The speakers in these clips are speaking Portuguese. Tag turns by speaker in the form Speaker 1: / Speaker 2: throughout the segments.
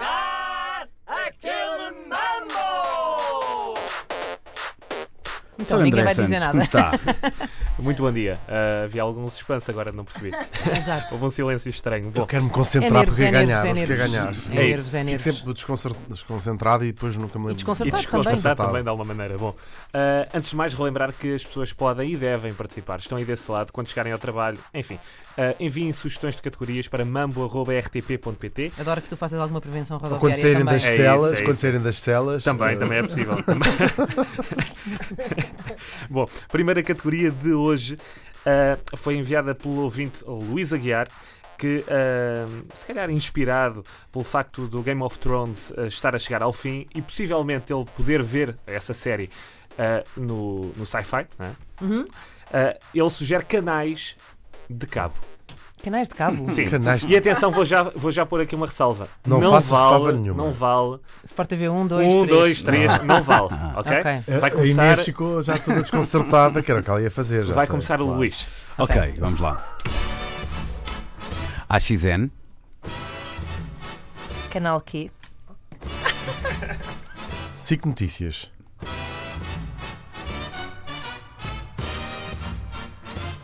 Speaker 1: jogar aquele mambo!
Speaker 2: Então ninguém vai dizer nada.
Speaker 3: como está?
Speaker 1: Muito bom dia. Ah, havia algum suspense, agora não percebi.
Speaker 2: Exato.
Speaker 1: Houve um silêncio estranho. Bom,
Speaker 4: Eu quero me
Speaker 2: É
Speaker 4: concentrar
Speaker 2: nervos,
Speaker 4: porque
Speaker 2: é
Speaker 4: é
Speaker 2: nervos,
Speaker 4: ganhar,
Speaker 2: é
Speaker 4: acho que é
Speaker 2: nervos.
Speaker 4: ganhar.
Speaker 2: É
Speaker 1: É
Speaker 2: nervos,
Speaker 1: isso.
Speaker 2: é
Speaker 4: Fico
Speaker 2: nervos.
Speaker 4: sempre desconcer- desconcentrado e depois nunca me lembro.
Speaker 2: desconcertado.
Speaker 1: e desconcertar
Speaker 4: também.
Speaker 1: também de alguma maneira. Bom, ah, antes de mais, relembrar que as pessoas podem e devem participar. Estão aí desse lado quando chegarem ao trabalho. Enfim, ah, enviem sugestões de categorias para mambo.rtp.pt.
Speaker 2: Adoro que tu faças alguma prevenção
Speaker 4: Ou quando
Speaker 2: rodoviária
Speaker 4: saírem
Speaker 2: também.
Speaker 4: das
Speaker 1: É isso,
Speaker 4: celas,
Speaker 1: é isso.
Speaker 4: quando saírem das celas.
Speaker 1: Também,
Speaker 4: eh,
Speaker 1: também é possível. Bom, primeira categoria de hoje ah, foi enviada pelo ouvinte Luís Aguiar, que, ah, se calhar inspirado pelo facto do Game of Thrones ah, estar a chegar ao fim e possivelmente ele poder ver essa série ah, no, no sci-fi, não é?
Speaker 2: Uhum.
Speaker 1: Ah, ele sugere canais de cabo.
Speaker 2: Canais de cabo.
Speaker 1: Sim.
Speaker 4: Canais
Speaker 1: E atenção, vou já, vou já pôr aqui uma ressalva.
Speaker 4: Não faças
Speaker 1: vale,
Speaker 4: ressalva nenhuma.
Speaker 1: Não vale.
Speaker 2: Sport TV 1, 2, 3.
Speaker 1: um, dois, três,
Speaker 4: Ah.
Speaker 1: não vale. Ok?
Speaker 2: Ok.
Speaker 1: Vai
Speaker 4: A
Speaker 1: começar,
Speaker 4: Inês ficou já toda desconcertada, É, que tá era o que ela ia fazer. já
Speaker 1: vai
Speaker 4: sei,
Speaker 1: começar o
Speaker 4: claro.
Speaker 1: Luís.
Speaker 3: ok, vamos lá. AXN,
Speaker 5: Canal Q.
Speaker 4: Cinco notícias.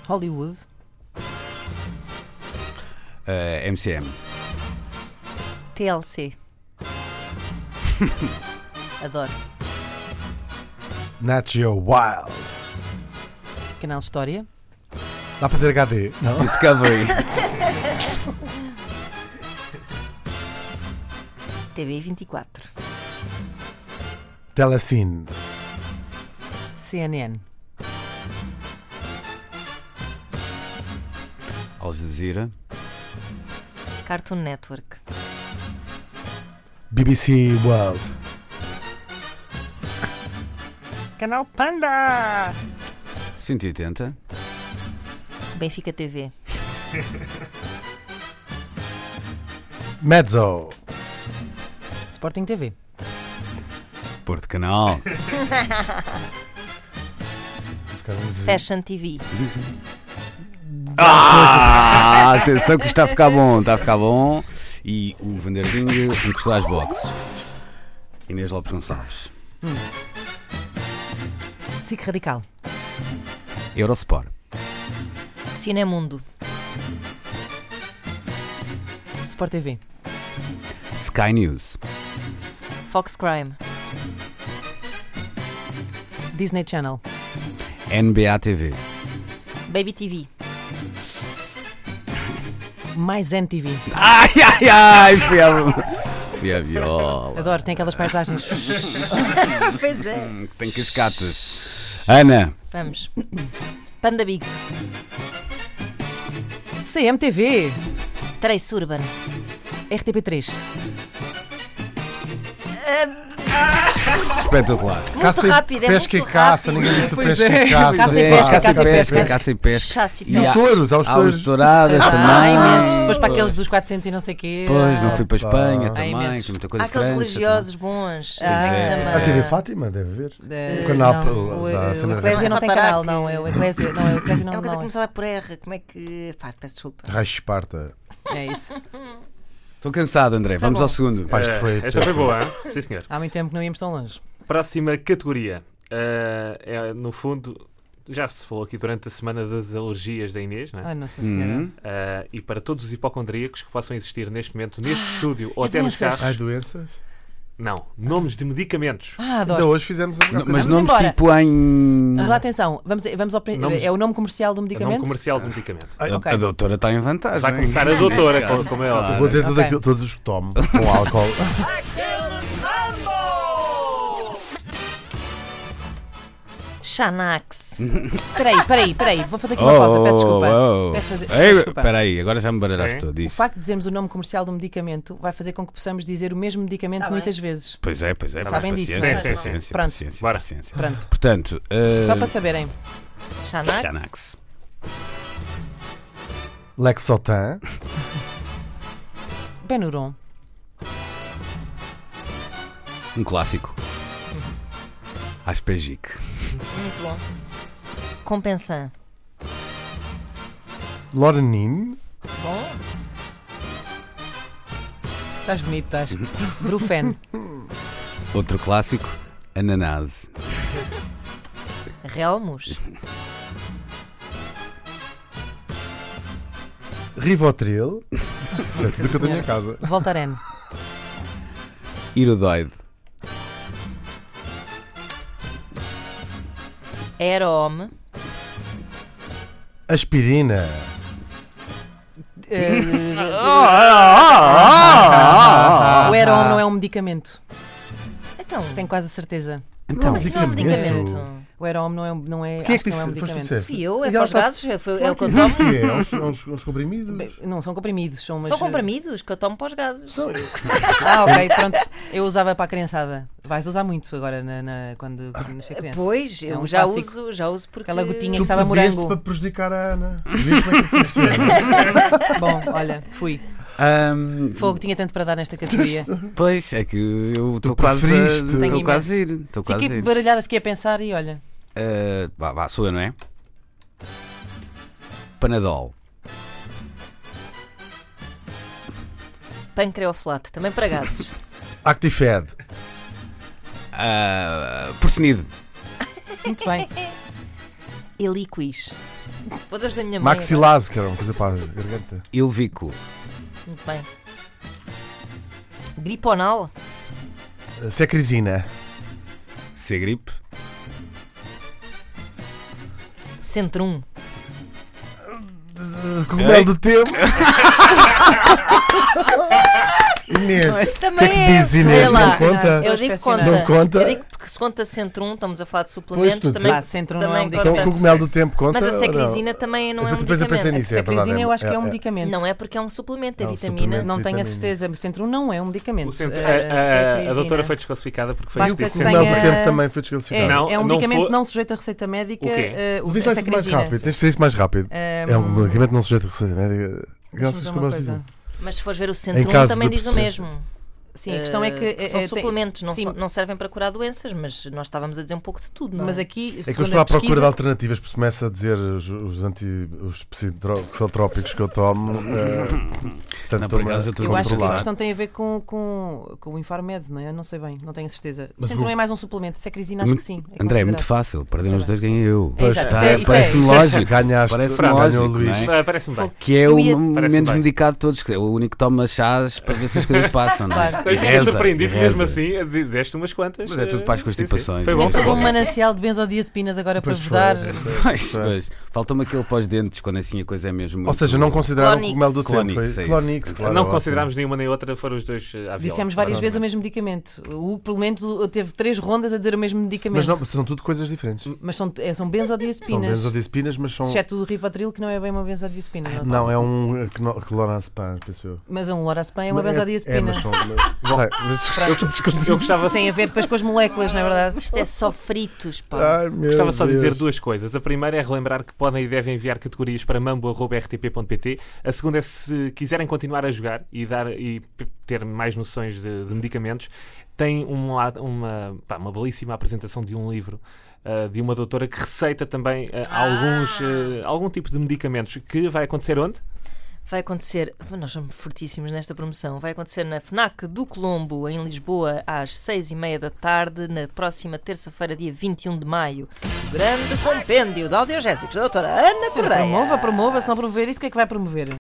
Speaker 2: Hollywood.
Speaker 3: eh, MCM,
Speaker 5: TLC. Adoro.
Speaker 4: Nat Geo Wild.
Speaker 2: Canal História.
Speaker 4: Dá para dizer HD? Não.
Speaker 3: Discovery,
Speaker 5: TV 24.
Speaker 4: Telecine.
Speaker 2: CNN.
Speaker 3: Al Jazeera,
Speaker 5: Cartoon Network.
Speaker 4: BBC World.
Speaker 1: Canal Panda!
Speaker 3: 180,
Speaker 5: Benfica TV.
Speaker 4: Mezzo.
Speaker 2: Sporting TV.
Speaker 3: Porto Canal,
Speaker 5: Fashion TV.
Speaker 3: Ah, atenção que isto está a ficar bom, está a ficar bom. E o Vanderdinho encostar as boxes. Inês Lopes Gonçalves.
Speaker 2: SIC Radical.
Speaker 3: Eurosport.
Speaker 5: Cinemundo.
Speaker 2: Sport TV.
Speaker 3: Sky News.
Speaker 5: Fox Crime.
Speaker 2: Disney Channel.
Speaker 3: NBA TV.
Speaker 5: Baby TV.
Speaker 2: Mais NTV.
Speaker 3: Ai, ai, ai, fui a, fui a viola.
Speaker 2: Adoro, tem aquelas paisagens.
Speaker 5: pois é.
Speaker 3: Hum, Tem cascatas. Ana,
Speaker 5: Vamos. Panda Bigs.
Speaker 2: CMTV.
Speaker 5: Trace Urban.
Speaker 2: RTP3.
Speaker 3: espetacular.
Speaker 4: Caça
Speaker 5: rápido, é
Speaker 4: e pesca
Speaker 5: muito
Speaker 4: e caça.
Speaker 5: rápido.
Speaker 4: Ninguém disse o
Speaker 3: Pois
Speaker 4: pesca
Speaker 3: é,
Speaker 4: e caça.
Speaker 2: pois é.
Speaker 4: pá.
Speaker 2: Caça e
Speaker 3: caça e pesca,
Speaker 2: pesca.
Speaker 3: caça e pesca.
Speaker 5: Chassi
Speaker 3: E há-
Speaker 4: Aos touros, aos
Speaker 3: há
Speaker 4: touros.
Speaker 3: os touradas
Speaker 2: Há imensos.
Speaker 3: também.
Speaker 2: Depois para aqueles dos 400 e não sei quê.
Speaker 3: Ah. Pois, não fui para a Espanha
Speaker 4: Há
Speaker 3: também,
Speaker 2: imensos.
Speaker 3: que muita coisa
Speaker 5: Há aqueles
Speaker 3: França,
Speaker 5: religiosos bons.
Speaker 2: Ah,
Speaker 5: Como é que
Speaker 2: é.
Speaker 5: chama?
Speaker 4: tá. A TV Fátima, deve ver.
Speaker 2: De-
Speaker 4: O canal
Speaker 2: Eh, não,
Speaker 4: da
Speaker 2: o- o
Speaker 4: Assembleia
Speaker 2: Eclésia não tem
Speaker 5: Radical.
Speaker 2: canal, não. É o Eclésia. Não, é o Eclésia
Speaker 5: É
Speaker 2: não.
Speaker 5: uma coisa
Speaker 2: não é.
Speaker 5: começada por R. Como é que. Pá, peço desculpa.
Speaker 4: Raio Esparta.
Speaker 2: É isso.
Speaker 3: Estou cansado,
Speaker 2: Tá
Speaker 3: André. Vamos
Speaker 5: bom.
Speaker 3: ao segundo.
Speaker 4: Pá, isto foi.
Speaker 1: Eh, É, Esta foi
Speaker 4: péssimo.
Speaker 1: boa, hein? sim senhor.
Speaker 2: Há muito tempo que não íamos tão longe.
Speaker 1: Próxima categoria. Ah, é, no fundo, já se falou aqui durante a semana das alergias da Inês, não é?
Speaker 2: Ai,
Speaker 4: Hum.
Speaker 2: nossa senhora.
Speaker 3: Uhum.
Speaker 1: Ah, e para todos os hipocondríacos que possam existir neste momento, neste estúdio ou
Speaker 2: é
Speaker 1: até nos
Speaker 2: doenças.
Speaker 1: carros,
Speaker 4: Ai, doenças?
Speaker 1: não, nomes de medicamentos.
Speaker 2: Ah,
Speaker 4: Ainda
Speaker 2: adoro.
Speaker 4: hoje fizemos um a
Speaker 3: Não, Mas
Speaker 2: Vamos
Speaker 3: nomes
Speaker 2: embora. Ah,
Speaker 3: tipo em.
Speaker 4: Então,
Speaker 2: Vamos lá, atenção. Vamos, vamos ao, prin-
Speaker 1: Nomes-
Speaker 2: É o nome comercial do
Speaker 1: É Nome
Speaker 2: medicamento?
Speaker 1: comercial de
Speaker 4: Ah.
Speaker 1: medicamento.
Speaker 3: A-
Speaker 2: Ok. Hum.
Speaker 3: A doutora está em vantagem.
Speaker 1: Vai começar a doutora, co- como é óbvio.
Speaker 4: Vou dizer tudo
Speaker 2: Ok.
Speaker 4: aquilo, todos os que tomo com álcool.
Speaker 5: Xanax.
Speaker 4: Hum.
Speaker 2: Peraí, peraí, peraí. Vou fazer aqui
Speaker 4: Oh,
Speaker 2: uma pausa. Peço desculpa.
Speaker 3: Oh,
Speaker 2: Peço fazer- peço desculpa.
Speaker 3: Espera aí, agora já me baralhaste
Speaker 1: Sim.
Speaker 3: todo
Speaker 2: O
Speaker 3: isso.
Speaker 2: facto de dizermos o nome comercial do medicamento vai fazer com que possamos dizer o mesmo medicamento
Speaker 5: Tá
Speaker 2: muitas vezes.
Speaker 3: Pois é, pois é. mas
Speaker 2: Sabem disso,
Speaker 3: paciência,
Speaker 1: não é? Sim, sim,
Speaker 3: paciência,
Speaker 1: sim.
Speaker 2: Pronto.
Speaker 3: paciência,
Speaker 1: Bora.
Speaker 3: paciência.
Speaker 2: Pronto.
Speaker 3: Portanto, eh,
Speaker 2: Só para saberem.
Speaker 5: Xanax.
Speaker 3: Xanax.
Speaker 4: Lexotan.
Speaker 2: Benuron.
Speaker 3: Um clássico.
Speaker 2: Uhum.
Speaker 3: Aspergic.
Speaker 5: Muito bom. Compensan.
Speaker 4: Loranin.
Speaker 5: Bom.
Speaker 2: Estás bonito, estás. Brufen.
Speaker 3: Outro clássico, ananás.
Speaker 5: Relmos.
Speaker 4: Hum. Rivotril. Já se educa da
Speaker 2: senhora.
Speaker 4: minha casa.
Speaker 2: Voltaren.
Speaker 3: Irodoide.
Speaker 5: Aerome.
Speaker 4: Aspirina.
Speaker 2: Eh,
Speaker 4: Ah,
Speaker 2: o Heron não é um medicamento.
Speaker 5: Então,
Speaker 2: Tenho quase a certeza.
Speaker 3: Então,
Speaker 5: mas isso não é um
Speaker 4: medicamento.
Speaker 5: medicamento.
Speaker 2: O Heron não é, um- não é,
Speaker 4: O que é
Speaker 2: acho
Speaker 4: que
Speaker 2: que não é um
Speaker 4: disse? Foste tu que
Speaker 2: medicamento.
Speaker 4: disseste?
Speaker 5: Fui eu, é
Speaker 4: Miguel
Speaker 5: para os
Speaker 4: está-
Speaker 5: dados, foi- é o que eu
Speaker 4: Sabe
Speaker 5: tomo.
Speaker 4: o que é? É uns, é uns- uns comprimidos.
Speaker 2: Bem, Não, são comprimidos. São, umas, eh,
Speaker 5: São comprimidos que eu tomo para os gases.
Speaker 4: São-
Speaker 2: Ah, ok, pronto. Eu usava para a criançada. Vais usar muito agora na, na- quando, quando nascer
Speaker 5: Ah,
Speaker 2: criança.
Speaker 5: Pois,
Speaker 2: É
Speaker 5: eu
Speaker 2: um
Speaker 5: já
Speaker 2: clássico.
Speaker 5: uso, já uso porque.
Speaker 2: Aquela gotinha
Speaker 4: Tu
Speaker 2: que sabe a
Speaker 4: pediste
Speaker 2: morango.
Speaker 4: para prejudicar a Ana. Viste como é que funciona?
Speaker 2: Bom, olha, fui.
Speaker 3: Ahm,
Speaker 2: Fogo tinha tanto para dar nesta categoria.
Speaker 3: pois, é que eu estou quase,
Speaker 4: preferiste.
Speaker 3: estou
Speaker 2: Tenho
Speaker 3: quase a ir. Estou quase a
Speaker 2: Fiquei
Speaker 3: ir.
Speaker 2: baralhada, fiquei a pensar e olha.
Speaker 3: Ah, vá, vá, sou eu, não é? Panadol.
Speaker 5: Pancreoflato, também para gases.
Speaker 4: Actifed.
Speaker 2: é
Speaker 3: Ah, porcinido.
Speaker 2: Muito bem.
Speaker 5: Eliquis. Vou dizer da minha mãe.
Speaker 4: Maxilase, que era uma coisa para a garganta.
Speaker 3: Ilvico.
Speaker 5: Muito bem. Griponal.
Speaker 4: Secrisina.
Speaker 3: Segripe.
Speaker 2: É
Speaker 5: Centrum.
Speaker 4: Cogumelo do tempo. Inês.
Speaker 5: Mas
Speaker 4: O que é
Speaker 5: também
Speaker 4: que
Speaker 5: é.
Speaker 4: diz Inês?
Speaker 5: olha lá.
Speaker 4: Não conta?
Speaker 5: Eu digo
Speaker 2: Inspecionar.
Speaker 5: conta.
Speaker 4: Não conta?
Speaker 5: Eu digo porque se conta Centrum, estamos a falar de suplementos
Speaker 4: tu
Speaker 5: também.
Speaker 2: Ah, centro não é um
Speaker 5: também
Speaker 2: medicamento.
Speaker 4: Então o
Speaker 5: Portanto,
Speaker 4: cogumelo do tempo conta?
Speaker 5: Mas a
Speaker 4: ou não?
Speaker 5: sacrisina também não é
Speaker 4: Eu
Speaker 5: um
Speaker 4: depois eu pensei
Speaker 5: medicamento.
Speaker 4: nisso, é verdade.
Speaker 2: Cefrizina eu acho que é um
Speaker 4: é-
Speaker 2: medicamento.
Speaker 5: Não é porque é um suplemento, é,
Speaker 4: É um
Speaker 5: vitamina.
Speaker 4: suplemento.
Speaker 2: Não tenho a
Speaker 4: Vitamina.
Speaker 2: certeza, mas centro não é um medicamento.
Speaker 1: O centro-
Speaker 2: Ah,
Speaker 1: a, a- a
Speaker 2: cefrizina.
Speaker 1: doutora foi desclassificada porque foi
Speaker 2: Basta
Speaker 1: isto
Speaker 2: que
Speaker 4: O
Speaker 1: disse.
Speaker 4: cogumelo
Speaker 2: tenha-
Speaker 4: do tempo também foi
Speaker 2: É,
Speaker 4: desclassificado.
Speaker 1: Não,
Speaker 2: é um
Speaker 1: não
Speaker 2: medicamento
Speaker 1: foi-
Speaker 2: não sujeito a receita médica.
Speaker 1: O quê?
Speaker 2: eh, o Eh,
Speaker 4: Diz
Speaker 2: a
Speaker 4: lá isso mais
Speaker 2: sacrisina.
Speaker 4: rápido. Tens de dizer isso mais rápido.
Speaker 2: Ahm,
Speaker 4: É um medicamento não sujeito a receita médica.
Speaker 2: deixa-me
Speaker 4: é, Graças
Speaker 2: ver
Speaker 4: a
Speaker 2: uma
Speaker 4: Deus,
Speaker 2: coisa.
Speaker 4: dizem.
Speaker 5: Mas se fores ver o Centrum
Speaker 4: caso
Speaker 5: também
Speaker 4: de
Speaker 5: diz o
Speaker 4: processo.
Speaker 5: mesmo.
Speaker 2: Sim, a questão é que.
Speaker 5: Eh,
Speaker 2: eh,
Speaker 5: são
Speaker 2: eh, tem-
Speaker 5: suplementos, não,
Speaker 2: sim.
Speaker 5: so- não servem para curar doenças, mas nós estávamos a dizer um pouco de tudo, não
Speaker 2: Mas
Speaker 5: é?
Speaker 2: aqui.
Speaker 4: É que eu estou à procura de alternativas, porque se começa a dizer os, os anti. os psitro- psicotrópicos que eu tomo. eh, portanto,
Speaker 3: Não, por
Speaker 4: estou-me a
Speaker 3: acaso eu estou
Speaker 2: Eu acho que a
Speaker 4: controlar.
Speaker 2: questão tem a ver com, com, com o Infarmed, não é? Eu não sei bem, não tenho a certeza.
Speaker 4: Mas
Speaker 2: Centro
Speaker 4: o-
Speaker 2: é mais um suplemento. Secrisina, acho que sim.
Speaker 3: André, é
Speaker 2: considerado.
Speaker 3: muito fácil. Perderam os dois, ganhei eu.
Speaker 2: É, exato.
Speaker 3: Tá,
Speaker 2: Isso é- isso é-
Speaker 3: Parece-me
Speaker 2: isso é-
Speaker 3: lógico.
Speaker 4: Ganhaste,
Speaker 3: Parece
Speaker 4: ganhou o
Speaker 3: lógico,
Speaker 4: Luís.
Speaker 3: não é?
Speaker 1: Ah, Parece-me bem.
Speaker 2: Fogo.
Speaker 3: Que é
Speaker 2: Eu
Speaker 3: o
Speaker 2: ia-
Speaker 1: Parece-me
Speaker 3: menos
Speaker 1: bem.
Speaker 3: medicado de todos, que é o único que toma chás para ver se as coisas passam. não é?
Speaker 2: Claro.
Speaker 3: E
Speaker 1: Eu fiquei
Speaker 3: reza,
Speaker 1: surpreendido,
Speaker 3: e
Speaker 1: mesmo
Speaker 3: reza.
Speaker 1: assim, de- deste umas quantas.
Speaker 3: Mas é tudo para as
Speaker 1: eh, sim, sim.
Speaker 3: constipações.
Speaker 1: Foi
Speaker 2: É
Speaker 1: bom, foi
Speaker 2: todo um
Speaker 1: bom.
Speaker 2: manancial de benzodiazepinas agora para vos dar.
Speaker 3: Pois, pois. Faltou-me aquele pós-dentes, quando assim a coisa é mesmo.
Speaker 4: Ou
Speaker 3: muito-
Speaker 4: seja, não consideraram o
Speaker 5: Clonix.
Speaker 4: cogumelo do tempo.
Speaker 3: Clonix, é
Speaker 4: Foi
Speaker 3: isso.
Speaker 4: Clonix, claro.
Speaker 1: Não
Speaker 4: ótimo.
Speaker 1: considerámos nenhuma nem outra, foram os dois eh, à viola.
Speaker 2: Dissemos várias vezes o mesmo medicamento. O Hugo, pelo menos, o- teve três rondas a dizer o mesmo medicamento.
Speaker 4: Mas não, são tudo coisas diferentes.
Speaker 1: Hum,
Speaker 2: Mas são, é, são
Speaker 4: São
Speaker 2: benzodiazepinas.
Speaker 4: benzodiazepinas, mas são.
Speaker 2: Exceto o Rivotril, que não é bem uma benzodiazepina. Não,
Speaker 4: Não, é um clon- clonazepam, penso eu.
Speaker 2: Mas é um lorazepam é uma
Speaker 4: É,
Speaker 2: benzodiazepina.
Speaker 4: mas são. Bom, mas-
Speaker 1: Eu, eu gostava,
Speaker 2: Tem a ver depois com as moléculas, não é verdade?
Speaker 5: Isto é só fritos, pá.
Speaker 4: Ai, meu
Speaker 1: Gostava só de
Speaker 4: Deus.
Speaker 1: dizer duas coisas. A primeira é relembrar que podem e devem enviar categorias para mambo.rtp.pt. A segunda é se quiserem continuar a jogar e, dar, e p- ter mais noções de, de medicamentos, tem uma, uma, pá, uma belíssima apresentação de um livro ah, de uma doutora que receita também ah, alguns, ah, algum tipo de medicamentos que vai acontecer onde?
Speaker 5: Vai acontecer, nós somos fortíssimos nesta promoção, vai acontecer na FNAC do Colombo, em Lisboa, às seis e meia da tarde, na próxima terça-feira, dia 21 de maio. O grande compêndio de audiogésicos da doutora Ana
Speaker 2: Senhora,
Speaker 5: Correia.
Speaker 2: Promova, promova, se não promover, isso o que é que vai promover?